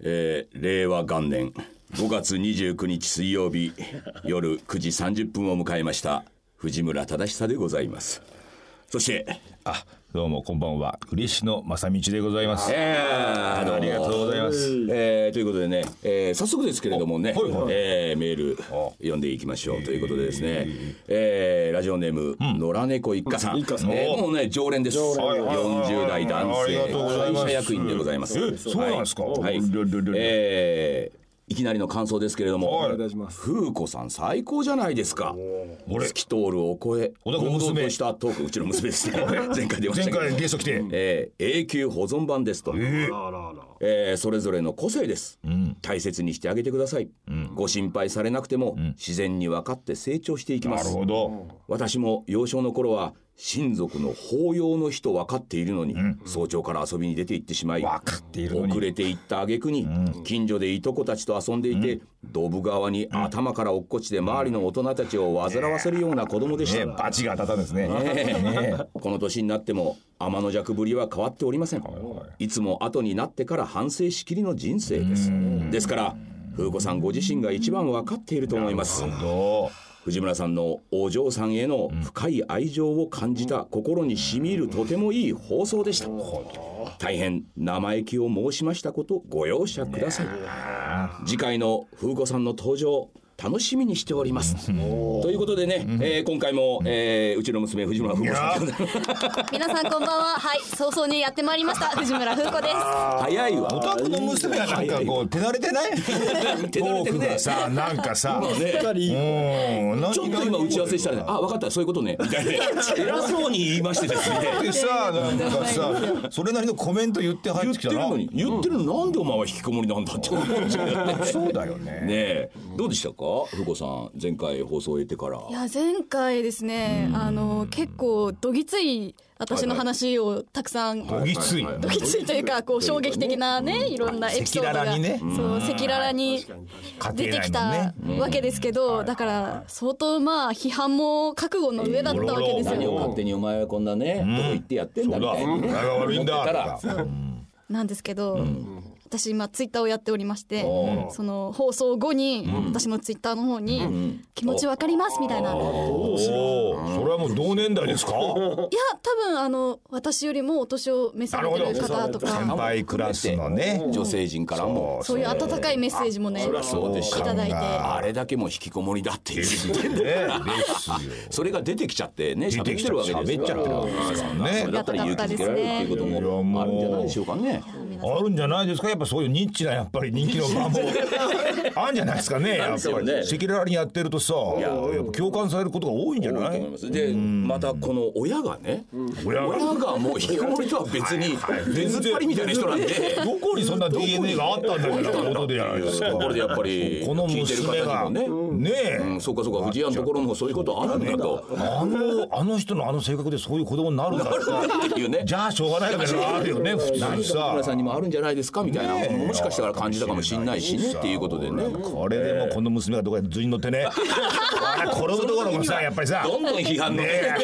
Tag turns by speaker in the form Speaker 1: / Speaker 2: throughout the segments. Speaker 1: えー令和元年5月29日水曜日夜9時30分を迎えました藤村忠久でございますそして
Speaker 2: あ、どうもこんばんは。嬉野正道でございます。
Speaker 1: えーあの
Speaker 2: ありがとうございます。
Speaker 1: えーということでね、えー早速ですけれどもね、
Speaker 2: おはいはい
Speaker 1: えーメール読んでいきましょうということでですね、えーラジオネーム野良猫一家さん、
Speaker 3: 一家さん
Speaker 1: えーもうね常連です
Speaker 2: 連
Speaker 1: 40代男
Speaker 2: ありがとうござ
Speaker 1: 性会
Speaker 2: います
Speaker 1: 社役員でございます
Speaker 2: えそうなんですか
Speaker 1: はい、
Speaker 2: おルルルル
Speaker 1: えーいきなりの感想ですけれども、
Speaker 2: はい
Speaker 3: お願いします
Speaker 1: 風子さん最高じゃないですか
Speaker 2: 俺
Speaker 1: 透き通るお声
Speaker 2: 小田
Speaker 1: 堂
Speaker 2: 君
Speaker 1: 々
Speaker 2: 娘
Speaker 1: としたトークうちの娘ですね 前回出まし
Speaker 2: 前
Speaker 1: たけど
Speaker 2: 回ゲスト来て、
Speaker 1: えー永久保存版ですと、
Speaker 3: あらあらあら
Speaker 1: えーそれぞれの個性です、大切にしてあげてください、ご心配されなくても、自然に分かって成長していきま
Speaker 2: なる
Speaker 1: す
Speaker 2: ほど。
Speaker 1: 私も幼少の頃は親族の抱擁の日と分かっているのに、早朝から遊びに出て行ってしまい
Speaker 2: 分かっているの
Speaker 1: 遅
Speaker 2: に。
Speaker 1: れていった挙句に、近所でいとこたちと遊んでいて、ドブ川に頭から落っこちて周りの大人たちを煩わせるような子供でした、
Speaker 2: ね、バチが当たったんですね。
Speaker 1: ねえ この年になっても天の弱ぶりは変わっておりません、、
Speaker 2: いはい
Speaker 1: つも後になってから反省しきりの人生ですですから風子さんご自身が一番分かっていると思います
Speaker 2: ど
Speaker 1: 藤村さんのお嬢さんへの深い愛情を感じた心にしみ入るとてもいい放送でした大変生意気を申しましたことご容赦ください次回の風子さんの登場楽しみにしておりますということでね、えー今回も、えーうちの娘藤村風子さんでございます
Speaker 4: 皆さんこんばんは。はい、早々にやってまいりました。 藤村風子です。
Speaker 1: 早い
Speaker 2: お
Speaker 1: わ
Speaker 2: 宅の娘はなんかこう手慣れてない？
Speaker 1: 手
Speaker 2: ト
Speaker 1: 慣れて
Speaker 2: ー
Speaker 1: る
Speaker 2: ク
Speaker 1: ね
Speaker 2: がさ、なんかさ、う
Speaker 3: 人
Speaker 2: ん、何が
Speaker 1: ちょっと今打ち合わせしたらねあ分かったそういうことねみたいな偉そうに言いましてですね
Speaker 2: でさ、なんかさ、それなりのコメント言って入
Speaker 1: 言
Speaker 2: っ
Speaker 1: ってて
Speaker 2: き
Speaker 1: る
Speaker 2: たな。
Speaker 1: のに言ってるのになんでお前は引きこもりなんだって思っちゃうよね
Speaker 2: そうだよね。
Speaker 1: ねえ、どうでしたか、ふこさん、前回放送を終えてから。
Speaker 4: いや前回ですね、あの結構どぎつい私の話をたくさん、
Speaker 2: どぎつい。
Speaker 4: どぎついというかこう衝撃的なねいろんなエピソードが
Speaker 2: 赤裸々にね
Speaker 4: そう赤裸々に
Speaker 2: 家
Speaker 4: 出て
Speaker 2: 庭
Speaker 4: き
Speaker 2: 内
Speaker 4: たわけですけど、だから相当まあ批判も覚悟の上だったわけですよ、
Speaker 1: 何を勝手にお前はこんなね、どこ行ってやってんだ
Speaker 2: の
Speaker 1: みたいな
Speaker 2: ね。
Speaker 1: ね。
Speaker 2: だ、が悪いんだ。とか
Speaker 4: なんですけど、私今ツイッターをやっておりまして
Speaker 1: お
Speaker 4: その放送後に私のツイッターの方に「気持ちわかります」みたいな。
Speaker 2: おお、それはもう同年代ですか？
Speaker 4: いや多分あの私よりもお年を召されてる方と
Speaker 2: 先
Speaker 4: か
Speaker 2: 輩クラスのね。
Speaker 1: 女性陣からも、
Speaker 4: そういう温かいメッセージもねい
Speaker 1: そうでした
Speaker 4: だいて
Speaker 1: あれだけも引きこもりだっていう。
Speaker 2: ね、ですよ。
Speaker 1: それが出てきちゃってね、喋
Speaker 2: 出
Speaker 1: って
Speaker 2: き
Speaker 1: て
Speaker 2: ちゃ
Speaker 1: る
Speaker 2: う
Speaker 1: わけです
Speaker 2: 喋っちゃってるわけですからね
Speaker 1: それだったら勇気づけられるっていうこともあるんじゃないでしょうかね。
Speaker 2: あるんじゃないですかやっぱそういうニッチなやっぱり人気の場もあるんじゃないですかねやっぱ
Speaker 1: そう
Speaker 2: り
Speaker 1: ね
Speaker 2: 赤裸々にやってるとさやっぱ共感されることが多いんじゃない
Speaker 1: で、またこの親がね、
Speaker 2: 親が
Speaker 1: 親がもう引きこもりとは別に、出ずっぱりみたいな人なんで。
Speaker 2: どこにそんな DNA があったんだみたいなことでやないですか
Speaker 1: ところでやっぱり
Speaker 2: この
Speaker 1: 聞いてる
Speaker 2: 娘
Speaker 1: 方
Speaker 2: が
Speaker 1: に
Speaker 2: ね
Speaker 1: もね、うん、
Speaker 2: え
Speaker 1: そうかそうか藤井のところもそういうことあるんだと
Speaker 2: あのあの人のあの性格でそういう子供になるんだって
Speaker 1: っていうね
Speaker 2: じゃあしょうがないみたいなのあるよね普通に
Speaker 1: 田村
Speaker 2: さ
Speaker 1: さんにもあるんじゃないですかみたいな、もしかしたら感じたかもしれないしねっていうことでね
Speaker 2: これでもこの娘がどこかで図に乗っ てねあれ転ぶところもさやっぱりさ
Speaker 1: どんどん批判の
Speaker 2: ね
Speaker 1: ね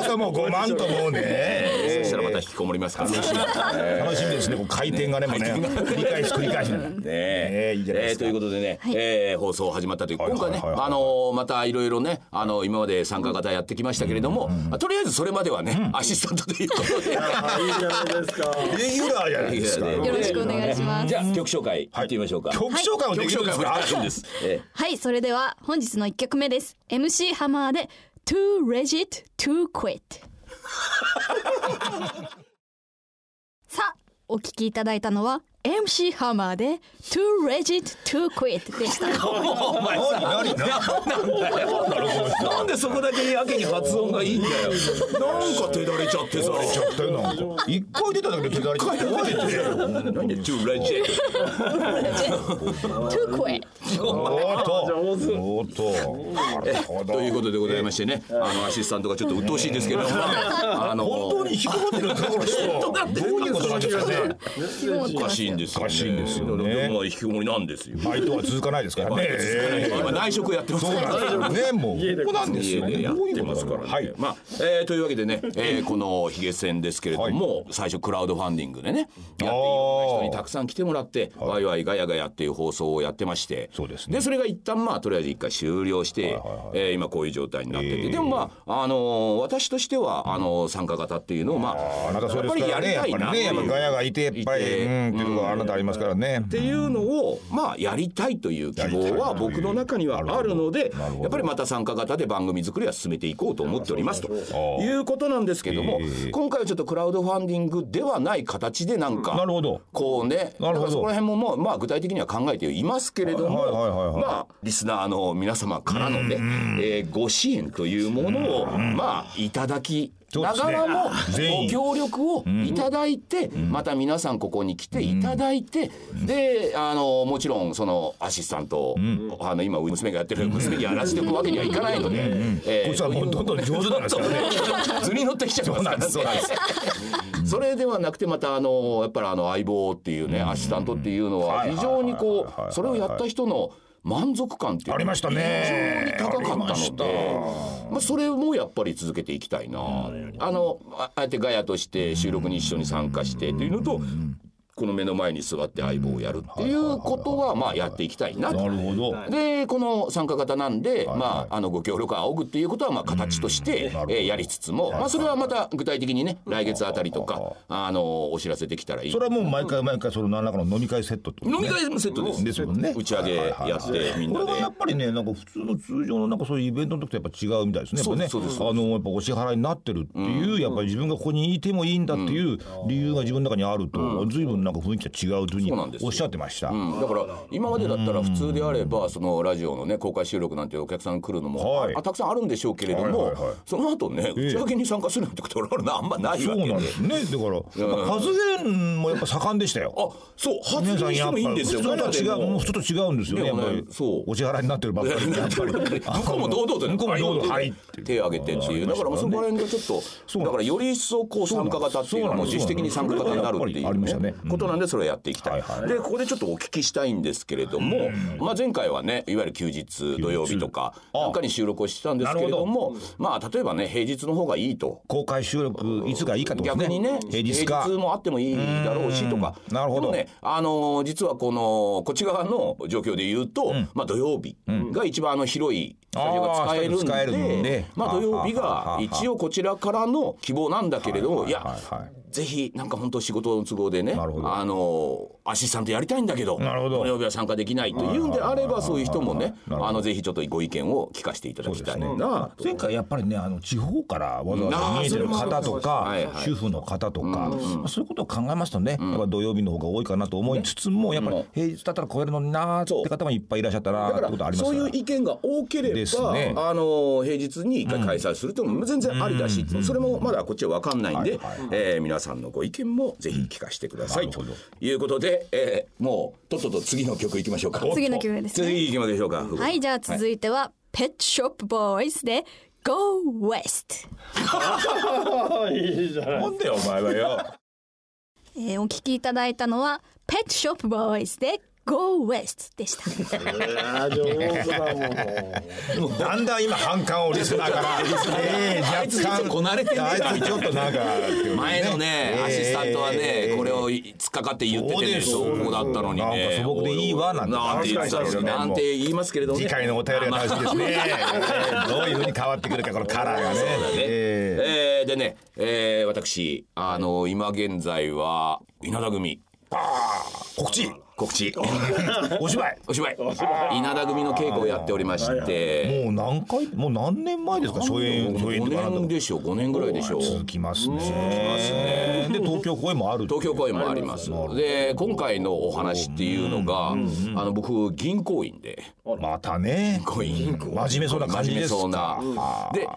Speaker 2: えさもう5万ともうね
Speaker 1: そしたらまた引きこもります からね
Speaker 2: 楽しみですね。こう回転がね、もうね、繰り返し繰り返し。
Speaker 1: ね
Speaker 2: ね
Speaker 1: え
Speaker 2: えいいじゃない
Speaker 1: え
Speaker 2: で
Speaker 1: ー
Speaker 2: す
Speaker 1: と
Speaker 2: か
Speaker 1: いうことでね、
Speaker 4: い
Speaker 1: えー放送始まったという
Speaker 2: はい
Speaker 1: 今回ね
Speaker 2: はいはいはい
Speaker 1: あのーまたいろいろねあの今まで参加型やってきましたけれども、あとりあえずそれまではね、アシスタントということ で。
Speaker 3: いいじゃないですか
Speaker 2: レギュラーじゃないですか。
Speaker 1: いやいやい
Speaker 4: よ
Speaker 1: や
Speaker 4: ろしくお願いします
Speaker 1: じ。ゃあ曲紹介行ってみましょうか。
Speaker 2: 曲紹介もできるんですか。
Speaker 1: 曲紹介もできるんです。えー
Speaker 4: はいそれでは本日の一曲目です MC ハマーで Too Legit to Quit さあお聞きいただいたのは MC ハマーで Too Legit to Quit でした
Speaker 1: お前さ
Speaker 2: 何何
Speaker 1: なんでそこだけやけに発音がいいんだよ。なんか手だれちゃってさ。
Speaker 2: ちょっとなんか一回出ただけで手だれちゃって。
Speaker 1: なんでトゥーラジェ
Speaker 4: To Quit
Speaker 2: おっと おっと。なるほど
Speaker 1: ということでございましてね、あのアシスタントがちょっと鬱陶しいんですけれども、あの
Speaker 2: 本当に引きこもってるんですかこの人。どういうことなんですかね。
Speaker 4: 気を持って
Speaker 1: おか
Speaker 4: ます
Speaker 1: しいいんですよ、ね。
Speaker 2: おかしいんですよね
Speaker 1: だからまあ引きこもりなんですよ。
Speaker 2: バイトは続かないですからね。ええ
Speaker 1: 今内職やってます
Speaker 2: そう
Speaker 1: から。
Speaker 2: なんですよね。もう
Speaker 3: 家で
Speaker 2: ここなんですよ。
Speaker 1: 家でやってますからね。
Speaker 2: はい。
Speaker 1: まあ、えーというわけでね、えーこのヒゲ戦ですけれども、最初クラウドファンディングでね、やっていろんな人にたくさん来てもらって、ワイワイガヤガヤっていう放送をやってまして、
Speaker 2: そうですね
Speaker 1: それが一旦まあとりあえず一回終了して、えー今こういう状態になってて、でもまああのー私としてはあのー参加型っていうのをまあ
Speaker 2: あなたそ
Speaker 1: や
Speaker 2: う
Speaker 1: っ
Speaker 2: で
Speaker 1: ぱ
Speaker 2: す
Speaker 1: り
Speaker 2: か
Speaker 1: や
Speaker 2: らね。
Speaker 1: り
Speaker 2: やっ
Speaker 1: い
Speaker 2: たぱ
Speaker 1: な
Speaker 2: りね、やっぱガヤがいて、やっぱり、
Speaker 1: いて
Speaker 2: うん、っていうのがあなたありますからね
Speaker 1: っ。ていうのをまあやりたいという希望は僕の中にはあるのでやっぱりまた参加型で番組作りは進めていこうと思っておりますということなんですけども今回はちょっとクラウドファンディングではない形でなんか
Speaker 2: なるほど。
Speaker 1: こうねだ
Speaker 2: な
Speaker 1: か
Speaker 2: るほど
Speaker 1: らそこら辺ももうまあ具体的には考えていますけれど
Speaker 2: はいはいはい
Speaker 1: も
Speaker 2: はい
Speaker 1: まあリスナーの皆様からのねえーご支援というものをまあいただきながらも
Speaker 2: そうですね全
Speaker 1: ご
Speaker 2: 員
Speaker 1: 協力をいただいて、また皆さんここに来ていただいて、であのもちろんそのアシスタントを、あの今娘がやってる娘にやらせていくわけにはいかないので、えー
Speaker 2: こいつはもうどんどん上手なんですから ね。
Speaker 1: 図に乗ってきちゃいますからね
Speaker 2: そうなんです
Speaker 1: それではなくてまたあのやっぱりあの相棒っていうねアシスタントっていうのは
Speaker 2: はい
Speaker 1: 非常にこ
Speaker 2: はいはいはいは
Speaker 1: う
Speaker 2: い
Speaker 1: それをやった人の満足感っていうのが
Speaker 2: ありましたね。
Speaker 1: 非常に高か
Speaker 2: ありま
Speaker 1: った
Speaker 2: し
Speaker 1: の
Speaker 2: た
Speaker 1: で。まあ、それもやっぱり続けていきたいな、あのああえてガヤとして収録に一緒に参加してというのと、この目の前に座って相棒をやるっていうことはまあやっていきたいな
Speaker 2: な
Speaker 1: と。
Speaker 2: るほど。
Speaker 1: でこの参加型なんで、まあ、あのご協力を仰ぐっていうことはまあ形として、えーやりつつも、まあ、それはまた具体的にね来月あたりとか、あのお知らせできたらいい
Speaker 2: それはもう毎回毎回その何らかの飲み会セットってこと
Speaker 1: 飲
Speaker 2: ね
Speaker 1: み会もセットです
Speaker 2: ですもんね。
Speaker 1: 打ち上げやってみんな
Speaker 2: これは
Speaker 1: で
Speaker 2: やっぱりねなんか普通の通常のなんかそういうイベントの時とやっぱ違うみたいですねやっぱね
Speaker 1: そうです
Speaker 2: あのやっぱお支払いになってるっていう、やっぱり自分がここにいてもいいんだっていう理由が自分の中にあると、随分なんか雰囲気が違うというふ
Speaker 1: そうなん
Speaker 2: う
Speaker 1: で
Speaker 2: に
Speaker 1: すよ
Speaker 2: おっしゃってました、
Speaker 1: うん、だから今までだったら普通であればそのラジオのね公開収録なんてお客さん来るのも、
Speaker 2: はい
Speaker 1: あたくさんあるんでしょうけれども、
Speaker 2: はいはいはい
Speaker 1: その後ね打ち上げに参加するなんてことはあんまない
Speaker 2: そ
Speaker 1: わ
Speaker 2: う
Speaker 1: け
Speaker 2: なん
Speaker 1: で
Speaker 2: ですねだから発言もやっぱ盛んでしたよ
Speaker 1: あそう発
Speaker 2: 皆
Speaker 1: 言
Speaker 2: さん
Speaker 1: し
Speaker 2: や
Speaker 1: て
Speaker 2: っぱ
Speaker 1: もいいんですよ。
Speaker 2: 普通とは違うもう
Speaker 1: 普
Speaker 2: ちょっと違うんですよね
Speaker 1: で
Speaker 2: やっ
Speaker 1: もね
Speaker 2: ぱり
Speaker 1: そう
Speaker 2: お支払いになっ てるばっかりでやっぱり
Speaker 1: 向こうも堂々とね
Speaker 2: 向こうも堂々とはいっていう
Speaker 1: 手を挙げてっていうだからもうそこら辺がちょっと
Speaker 2: う
Speaker 1: だからより一層こう参加型っていうのはもう自主的に参加型になるってい
Speaker 2: そうなん
Speaker 1: う、
Speaker 2: ですそうなんですやっぱりありましたねうん
Speaker 1: ことなんでそれをやっていきたい、
Speaker 2: はいはい
Speaker 1: でここでちょっとお聞きしたいんですけれども、まあ、前回はねいわゆる休日土曜日とかなんかに収録をしてたんですけれどもまあ例えばね平日の方がいいと
Speaker 2: 公開収録いつがいいかってこと
Speaker 1: 逆にね
Speaker 2: 平日か
Speaker 1: もあってもいいだろうしとか
Speaker 2: うんなるほど
Speaker 1: でもね、あのー実はこのこっち側の状況で言うと、まあ、土曜日が一番あの広いスタジオが使えるんで
Speaker 2: あー使えるんで
Speaker 1: まあ、土曜日が一応こちらからの希望なんだけれど、いや、
Speaker 2: はいはい
Speaker 1: ぜひなんか本当仕事の都合でね
Speaker 2: なるほど
Speaker 1: あのアシスタントやりたいんだけど
Speaker 2: なるほど
Speaker 1: 土曜日は参加できないというんであればそういう人もね
Speaker 2: なるほど
Speaker 1: あのぜひちょっとご意見を聞かせていただきたいなと
Speaker 2: 前回やっぱりねあの地方からわざわざ
Speaker 1: うん
Speaker 2: 見えてる方と
Speaker 1: あ
Speaker 2: か
Speaker 1: ーそれもそうそうそうはいはい
Speaker 2: 主婦の方とか、まあそういうことを考えますとね、やっぱ土曜日の方が多いかなと思いつつも、やっぱり平日だったら超えるのになーって方もいっぱいいらっしゃったな
Speaker 1: だ
Speaker 2: ーって
Speaker 1: か
Speaker 2: こと
Speaker 1: ら
Speaker 2: ありま
Speaker 1: そ
Speaker 2: すか
Speaker 1: う
Speaker 2: ら
Speaker 1: いう意見が多けれ
Speaker 2: です
Speaker 1: ば、
Speaker 2: ね
Speaker 1: あの平日に一回開催するというのも全然ありだし、それもまだこっちは分かんないんで、えー皆さんのご意見もぜひ聞かせてください、
Speaker 2: うんな
Speaker 1: と
Speaker 2: るほど
Speaker 1: いうことで、えーもうとっとと次の曲いきましょうか
Speaker 4: 次の曲ですね
Speaker 1: 次いきましょうか福君
Speaker 4: はいじゃあ続いては、ペットショップボーイズで Go West、
Speaker 3: いいじゃない。
Speaker 2: なんだよお前はよ
Speaker 4: えーお聞きいただいたのはペットショップボーイズで Go West でした
Speaker 3: いやー上手だもん。
Speaker 2: だんだん今反感をリスナ ーからええ
Speaker 1: あいついつもこなれてんね
Speaker 2: あいつちょっとなんか
Speaker 1: 前のね、アシスタントはね、これ
Speaker 2: っ
Speaker 1: を突っかかって言っててね、そ
Speaker 2: そうです
Speaker 1: うだったのにね。
Speaker 2: なんか素朴でいいわなんて
Speaker 1: なんて言ってたのに
Speaker 2: 確かに確かに
Speaker 1: なんて言いますけれどもね。
Speaker 2: 次回のお便りが楽しみですね、ええどういうふうに変わってくるかこのカラーがね
Speaker 1: え
Speaker 2: ええ
Speaker 1: ーでね、えー私、あの今現在は、稲田組、
Speaker 2: 告知
Speaker 1: 告知、
Speaker 2: お芝居
Speaker 1: お芝居、稲田組の稽古をやっておりまして、
Speaker 2: もう何回もう何年前ですか初演初演とかな
Speaker 1: 5
Speaker 2: んだ
Speaker 1: 年でしょう、5年ぐらいでしょう。
Speaker 2: 続きますねで東京公演もある
Speaker 1: 東京公演もあります。で、今回のお話っていうのが、あの、僕、銀行員で、
Speaker 2: またね
Speaker 1: 銀行員。
Speaker 2: 真面目そうな
Speaker 1: 真
Speaker 2: 感じ
Speaker 1: 面
Speaker 2: で
Speaker 1: 目
Speaker 2: す
Speaker 1: そうな。で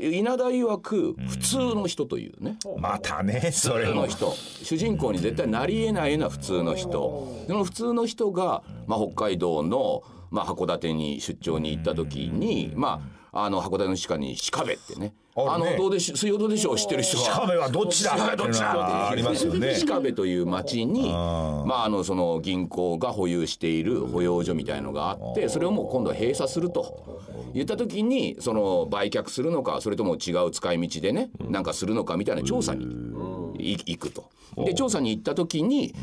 Speaker 1: 稲田曰く普通の人というね、
Speaker 2: またねそ
Speaker 1: 普
Speaker 2: れ
Speaker 1: 通の
Speaker 2: も
Speaker 1: 人主人公に絶対なりえないような普通の人その普通の人が、まあ、北海道の、まあ、函館に出張に行った時に、まああの函館の鹿に鹿部ってね
Speaker 2: あるね
Speaker 1: あのどうでし水曜どうでしょう知ってる人は
Speaker 2: 鹿部はどっちだ
Speaker 1: 鹿部はどっちだっていう
Speaker 2: ありますよね
Speaker 1: 鹿部という町に
Speaker 2: あー
Speaker 1: まああのその銀行が保有している保養所みたいのがあってそれをもう今度は閉鎖すると言った時にその売却するのかそれとも違う使い道でねなんかするのかみたいな調査にい行くと。で調査に行った時に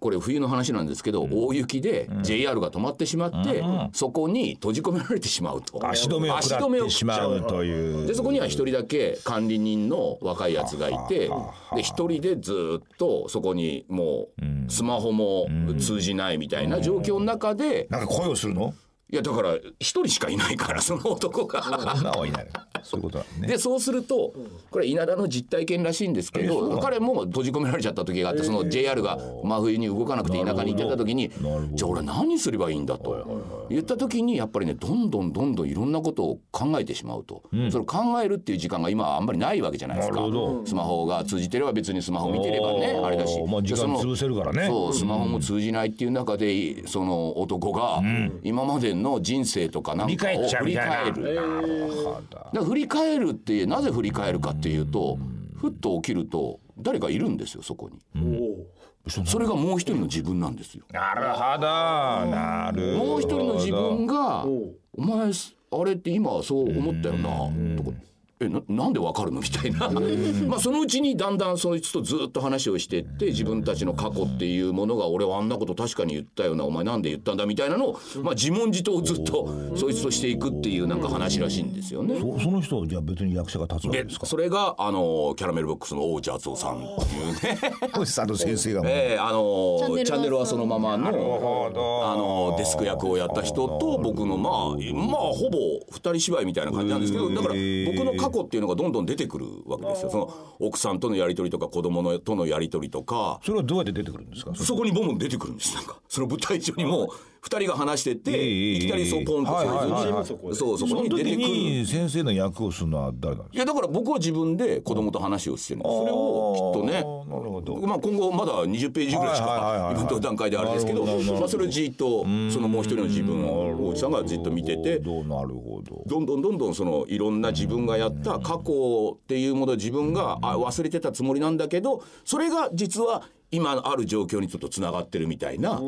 Speaker 1: これ冬の話なんですけど、大雪で JR が止まってしまって、そこに閉じ込められてしまうと
Speaker 2: 足止めを食らってしまうという。
Speaker 1: でそこには一人だけ管理人の若いやつがいてで一人でずーっとそこにもうスマホも通じないみたいな状況の中で
Speaker 2: なんか恋をするの？
Speaker 1: いやだから一人しかいないからその男が。
Speaker 2: 女はいない。そういうことだね。
Speaker 1: でそうするとこれ稲田の実体験らしいんですけ
Speaker 2: えそうな
Speaker 1: ど
Speaker 2: の
Speaker 1: 彼も閉じ込められちゃった時があってその JR が真冬に動かなくて田舎に行ってた時に
Speaker 2: なるほど
Speaker 1: じゃあ俺何すればいいんだと言った時にやっぱりねどんどんどんどんいろんなことを考えてしまうとそれを考えるっていう時間が今はあんまりないわけじゃないですか
Speaker 2: なるほど
Speaker 1: スマホが通じてれば別にスマホ見てればね
Speaker 2: おー
Speaker 1: あれだし
Speaker 2: まあ時
Speaker 1: でそ
Speaker 2: 間
Speaker 1: の
Speaker 2: 潰せるからね。
Speaker 1: そうスマホも通じないっていう中でその男が今までの人生とかなんか
Speaker 2: 振り返
Speaker 1: を
Speaker 2: っちゃう
Speaker 1: 振
Speaker 2: み
Speaker 1: り
Speaker 2: たい
Speaker 1: 返
Speaker 2: な
Speaker 1: る。
Speaker 2: はだ
Speaker 1: だから振り返るってなぜ振り返るかっていうとふっと起きると誰かいるんですよそこにそれがもう一人の自分なんですよ
Speaker 2: なるほど。なるほど。
Speaker 1: もう一人の自分が「お前あれって今そう思ったよな」とか。えななんでわかるのみたいな まあそのうちにだんだんそいつとずっと話をしてって自分たちの過去っていうものが俺はあんなこと確かに言ったよなお前なんで言ったんだみたいなのを、まあ、自問自答をずっとそいつとしていくっていうなんか話らしいんですよね。
Speaker 2: そその人はじゃあ別に役者が立つわけ
Speaker 1: で
Speaker 2: ですか。
Speaker 1: それがあのキャラメルボックスの王者敦夫さんっていうね、
Speaker 2: 佐藤先生がもう。
Speaker 1: えーあのチ
Speaker 4: チ
Speaker 1: ャ
Speaker 4: ャ
Speaker 1: ンネ
Speaker 4: ンネ
Speaker 1: ル
Speaker 4: ル
Speaker 1: は
Speaker 4: は
Speaker 1: そ
Speaker 4: そ
Speaker 1: のま
Speaker 4: のま
Speaker 1: ま
Speaker 2: なる
Speaker 1: の。
Speaker 2: ほど。
Speaker 1: あのデスク役をやった人と僕のまあまあほぼ二人芝居みたいな感じなんですけどだから僕の過去っていうのがどんどん出てくるわけですよその奥さんとのやり取りとか子供のとのやり取りとか
Speaker 2: それはどうやって出てくるんですか。
Speaker 1: そこにボンボン出てくるんですなんかその舞台上にもう二人が話してて
Speaker 2: え
Speaker 1: い
Speaker 2: え
Speaker 1: きなりそうポンと
Speaker 2: はいはいはい
Speaker 1: そ
Speaker 2: はい
Speaker 1: いつにそうそ
Speaker 2: そ
Speaker 1: こ
Speaker 2: の
Speaker 1: に出て
Speaker 2: 時
Speaker 1: くる
Speaker 2: に先生の役をするのは誰なんです
Speaker 1: いやだから僕は自分で子供と話をしてるんですそれをきっ
Speaker 2: あーなるほ
Speaker 1: と
Speaker 2: ど
Speaker 1: ねまあ今後まだ20ページぐらいし
Speaker 2: はいはいはい
Speaker 1: か
Speaker 2: はい
Speaker 1: 今の段階であれですけど
Speaker 2: なるほどなるほど
Speaker 1: まあそれをじっとそのもう一人の自分を大内さんが
Speaker 2: か。
Speaker 1: じっと見てて
Speaker 2: どうなるほど。
Speaker 1: どんどんどんどんそのいろんな自分がやった過去っていうものを自分があ忘れてたつもりなんだけどそれが実は今ある状況にちょっとつながってるみたいな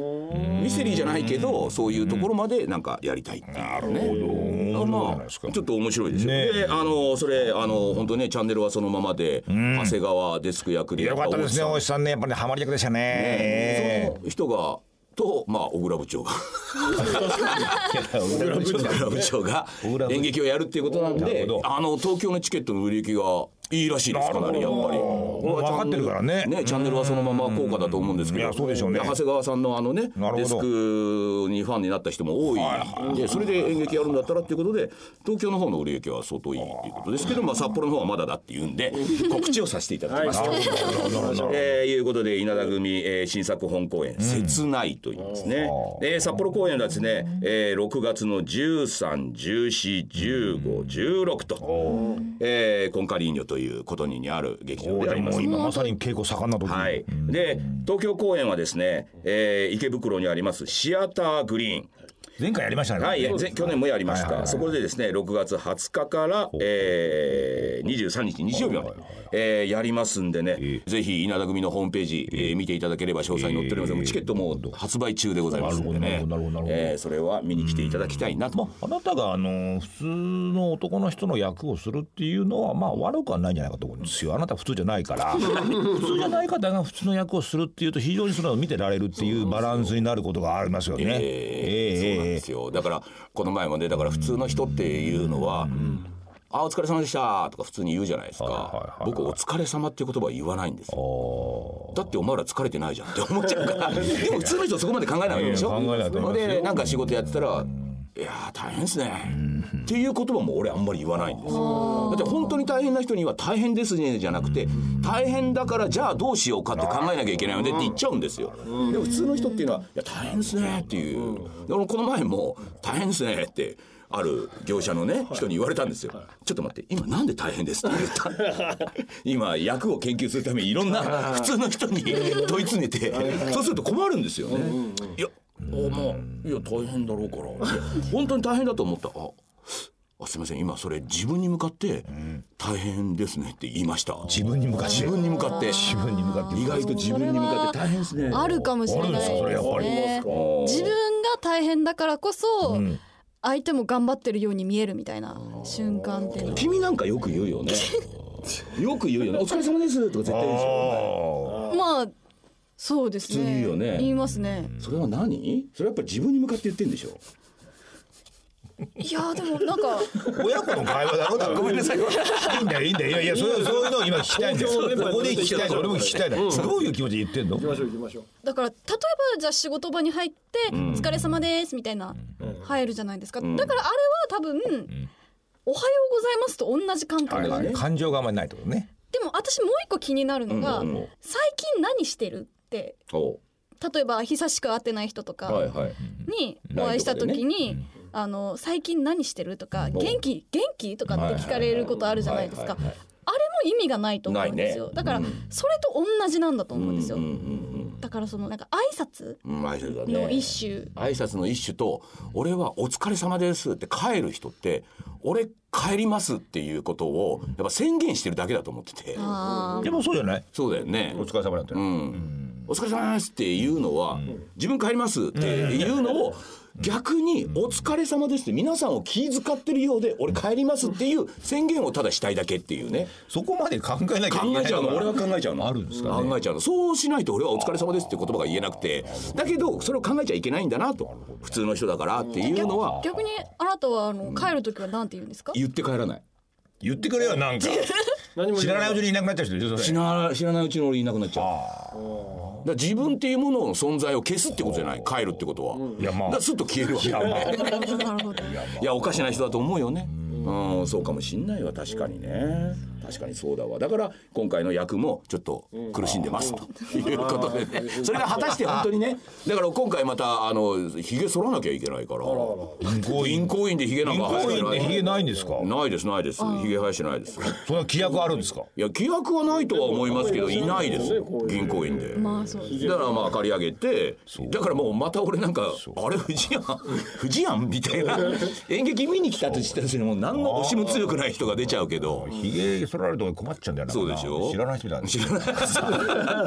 Speaker 1: ミステリーじゃないけどそういうところまでなんかやりたいっていうね。なる
Speaker 2: ど面白いじゃないですか
Speaker 1: ちょっと面白いですよ。
Speaker 2: ねえ
Speaker 1: であのそれあの本当ねチャンネルはそのままで長谷川デスク役でや
Speaker 2: よかったですね、
Speaker 1: 大
Speaker 2: 大
Speaker 1: 内
Speaker 2: 石さんね、やっぱりハマり役でしたね。
Speaker 1: さ んその人がとまあ小倉部長が。小倉部長が演劇をやるっていうことなん
Speaker 2: な
Speaker 1: で
Speaker 2: るほど
Speaker 1: あの東京のチケットの売り行きがいいらしいですかなりやっぱり
Speaker 2: 分かってるからね
Speaker 1: ねチャンネルはそのまま高価だと思うんですけ
Speaker 2: い
Speaker 1: ど
Speaker 2: やそうでしょうね
Speaker 1: 長谷川さんのあのね
Speaker 2: なるほど
Speaker 1: デスクにファンになった人も多いんでそれで演劇やるんだったらっていうことで東京の方の売り行きは相当いいっていうことですけどまあ札幌の方はまだだってい うんで告知をさせていただきます。えー、いうことで稲田組、えー新作本公演「切ない」と言いますね、えー札幌公演はですね、えー6月の13141516と、えーコンカリーニョということにある劇場でありま
Speaker 2: も
Speaker 1: す
Speaker 2: う今まさに稽古盛んな時
Speaker 1: は
Speaker 2: に
Speaker 1: い、で東京公演はですね、えー池袋にありますシアターグリーン、
Speaker 2: 前回やりましたね。
Speaker 1: はい、ぜ去年もやりました、
Speaker 2: はいはいはい
Speaker 1: そこでですね6月20日から、えー、23日日曜日まで、えーやりますんでね、ぜひ稲田組のホームページ、えー見ていただければ詳細に載っております、チケットも発売中でございますので
Speaker 2: なる
Speaker 1: ね
Speaker 2: ほどなるほどなるほど
Speaker 1: えーそれは見に来ていただきたいなと、
Speaker 2: まあ、あなたがあの普通の男の人の役をするっていうのはまあ悪くはないんじゃないかと思うんですよあなた普通じゃないから 普通じゃない方が普通の役をするっていうと非常にそれを見てられるっていうバランスになることがありますよね。え
Speaker 1: えーそうなんですよだからこの前もねだから普通の人っていうのは「あお疲れ様でした」とか普通に言うじゃないですか、
Speaker 2: はいはいはい
Speaker 1: 僕「お疲れ様っていう言葉は言わないんですよだってお前ら疲れてないじゃんって思っちゃうから でも普通の人はそこまで考えないわけでしょ
Speaker 2: いやいや考えないと思いますよ
Speaker 1: でなんか仕事やってたら「いやー大変ですね」っていう言葉も俺あんまり言わないんですよだって本当に大変な人には「大変ですね」じゃなくて「大変だからじゃあどうしようかって考えなきゃいけないので」って言っちゃうんですよでも普通の人っていうのは「いや大変ですね」っていうで俺この前も「大変ですね」ってある業者のね人に言われたんですよちょっと待って今なんで大変ですって言った 今役を研究するためにいろんな普通の人に問い詰めてそうすると困るんですよね いやあまあいや大変だろうからいや本当に大変だと思ったああすみません今それ自分に向かって大変ですねって言いました
Speaker 2: 自分に向かって
Speaker 1: 自分に向かって
Speaker 2: 自分に向かって
Speaker 1: 意外と自分に向かって大変ですね
Speaker 4: あるかもしれないです
Speaker 2: あるんですよそれ
Speaker 4: ね
Speaker 3: やっぱり
Speaker 4: 自分が大変だからこそ、
Speaker 2: ん
Speaker 4: 相手も頑張ってるように見えるみたいな瞬間っていうのは
Speaker 1: 君なんかよく言う よねよく言うよねお疲れ様ですとか絶対言うでしょ
Speaker 2: あ
Speaker 4: まあそうです
Speaker 1: 普
Speaker 4: ね
Speaker 1: 通言うよね
Speaker 4: 言いますね、
Speaker 1: それは何それはやっぱり自分に向かって言ってんでしょ
Speaker 4: いやーでもなんか
Speaker 2: ー親子の会話だろだごめんなさいいいんだよいいんだよいやいやそうそういうのを今聞きたいんだよ
Speaker 3: 公共の電波
Speaker 2: ここで聞きたいんだよ俺も聞きたいんだよどういう気持ちで言ってんの
Speaker 3: 行きましょう行きましょう。
Speaker 4: だから例えばじゃあ仕事場に入って「お疲れ様です」みたいな入るじゃないですか、だからあれは多分、おはようございます」と同じ感覚
Speaker 2: はい
Speaker 4: で,、
Speaker 2: はい感情があんまりないってことね
Speaker 4: でも私もう一個気になるのが、
Speaker 1: うんうんうん
Speaker 4: 最近何してるって
Speaker 1: お
Speaker 4: 例えば久しく会ってない人とか、
Speaker 1: はいはい
Speaker 4: にお会いした時に、あの最近何してるとか元気元気とかって聞かれることあるじゃないですか
Speaker 1: は。いはいはい
Speaker 4: あれも意味がないと思うんですよ。
Speaker 1: ないね
Speaker 4: だから、
Speaker 1: うん
Speaker 4: それと同じなんだと思うんですよ。
Speaker 1: うんうん
Speaker 4: だからそのなんか挨拶
Speaker 1: うんうん挨拶だね
Speaker 4: の一種、
Speaker 1: 挨拶の一種と俺は「お疲れ様です」って帰る人って「俺帰ります」っていうことをやっぱ宣言してるだけだと思ってて
Speaker 4: あ
Speaker 2: でもそうじゃない
Speaker 1: そうだよね
Speaker 2: お疲れ様だった
Speaker 1: う
Speaker 2: よ
Speaker 1: ん「お疲れ様です」っていうのは自分帰りますっていうのを逆に「お疲れ様です」って皆さんを気遣ってるようで「俺帰ります」っていう宣言をただしたいだけっていうね
Speaker 2: そこまで考えなきゃ
Speaker 1: 考
Speaker 2: いけない
Speaker 1: えちゃうの俺は考えちゃうの
Speaker 2: あるんですかね
Speaker 1: 考えちゃうのそうしないと俺は「お疲れ様です」って言葉が言えなくてだけどそれを考えちゃいけないんだなと普通の人だからっていうのは
Speaker 4: ー逆にあなたはあの帰る時はなんて言うんですか？
Speaker 1: 言って帰らない
Speaker 2: 言ってくれよ なんか
Speaker 3: 何も
Speaker 2: 知らないうちにいなくなっちゃう人いるよ
Speaker 1: 知
Speaker 2: それ
Speaker 1: ら知らないうちに俺いなくなっちゃうだから自分っていうものの存在を消すってことじゃない帰るってことは、
Speaker 2: いや
Speaker 1: だ
Speaker 2: まあ
Speaker 1: からすっと消えるわけ
Speaker 4: なるほど。
Speaker 1: いやおかしな人だと思うよねうんそうかもしんないわ確かにね確かにそうだわだから今回の役もちょっと苦しんでますということでねそれが果たして本当にねだから今回またあのひげ剃らなきゃいけないから
Speaker 2: 銀行員
Speaker 1: 銀行員でひげなん
Speaker 2: 銀
Speaker 1: か
Speaker 2: 行員っ
Speaker 1: 生
Speaker 2: てヒ
Speaker 1: えて
Speaker 2: ゲないんですか
Speaker 1: ないないですないですひげ生やしてないです
Speaker 2: そんな規約あるんですか
Speaker 1: いや規約はないとは思いますけどいないです銀行員で。
Speaker 4: まあそうです。
Speaker 1: だからまあ借り上げてだからもうまた俺なんかあれ藤やん藤やんみたい な演劇見に来たとしたらもう何の押しも強くない人が出ちゃうけど
Speaker 2: ヒゲ剃られると困っちゃうんだよな
Speaker 1: そうでしょ
Speaker 2: 知らない人みたいな
Speaker 1: 知ら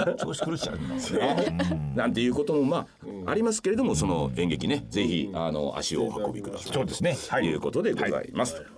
Speaker 1: ない
Speaker 2: 調子狂っち ゃうんだ
Speaker 1: なんていうこともまあありますけれどもその演劇ねぜひあの足をお運びください
Speaker 2: そうですねは
Speaker 1: と
Speaker 2: い
Speaker 1: いうことでございます。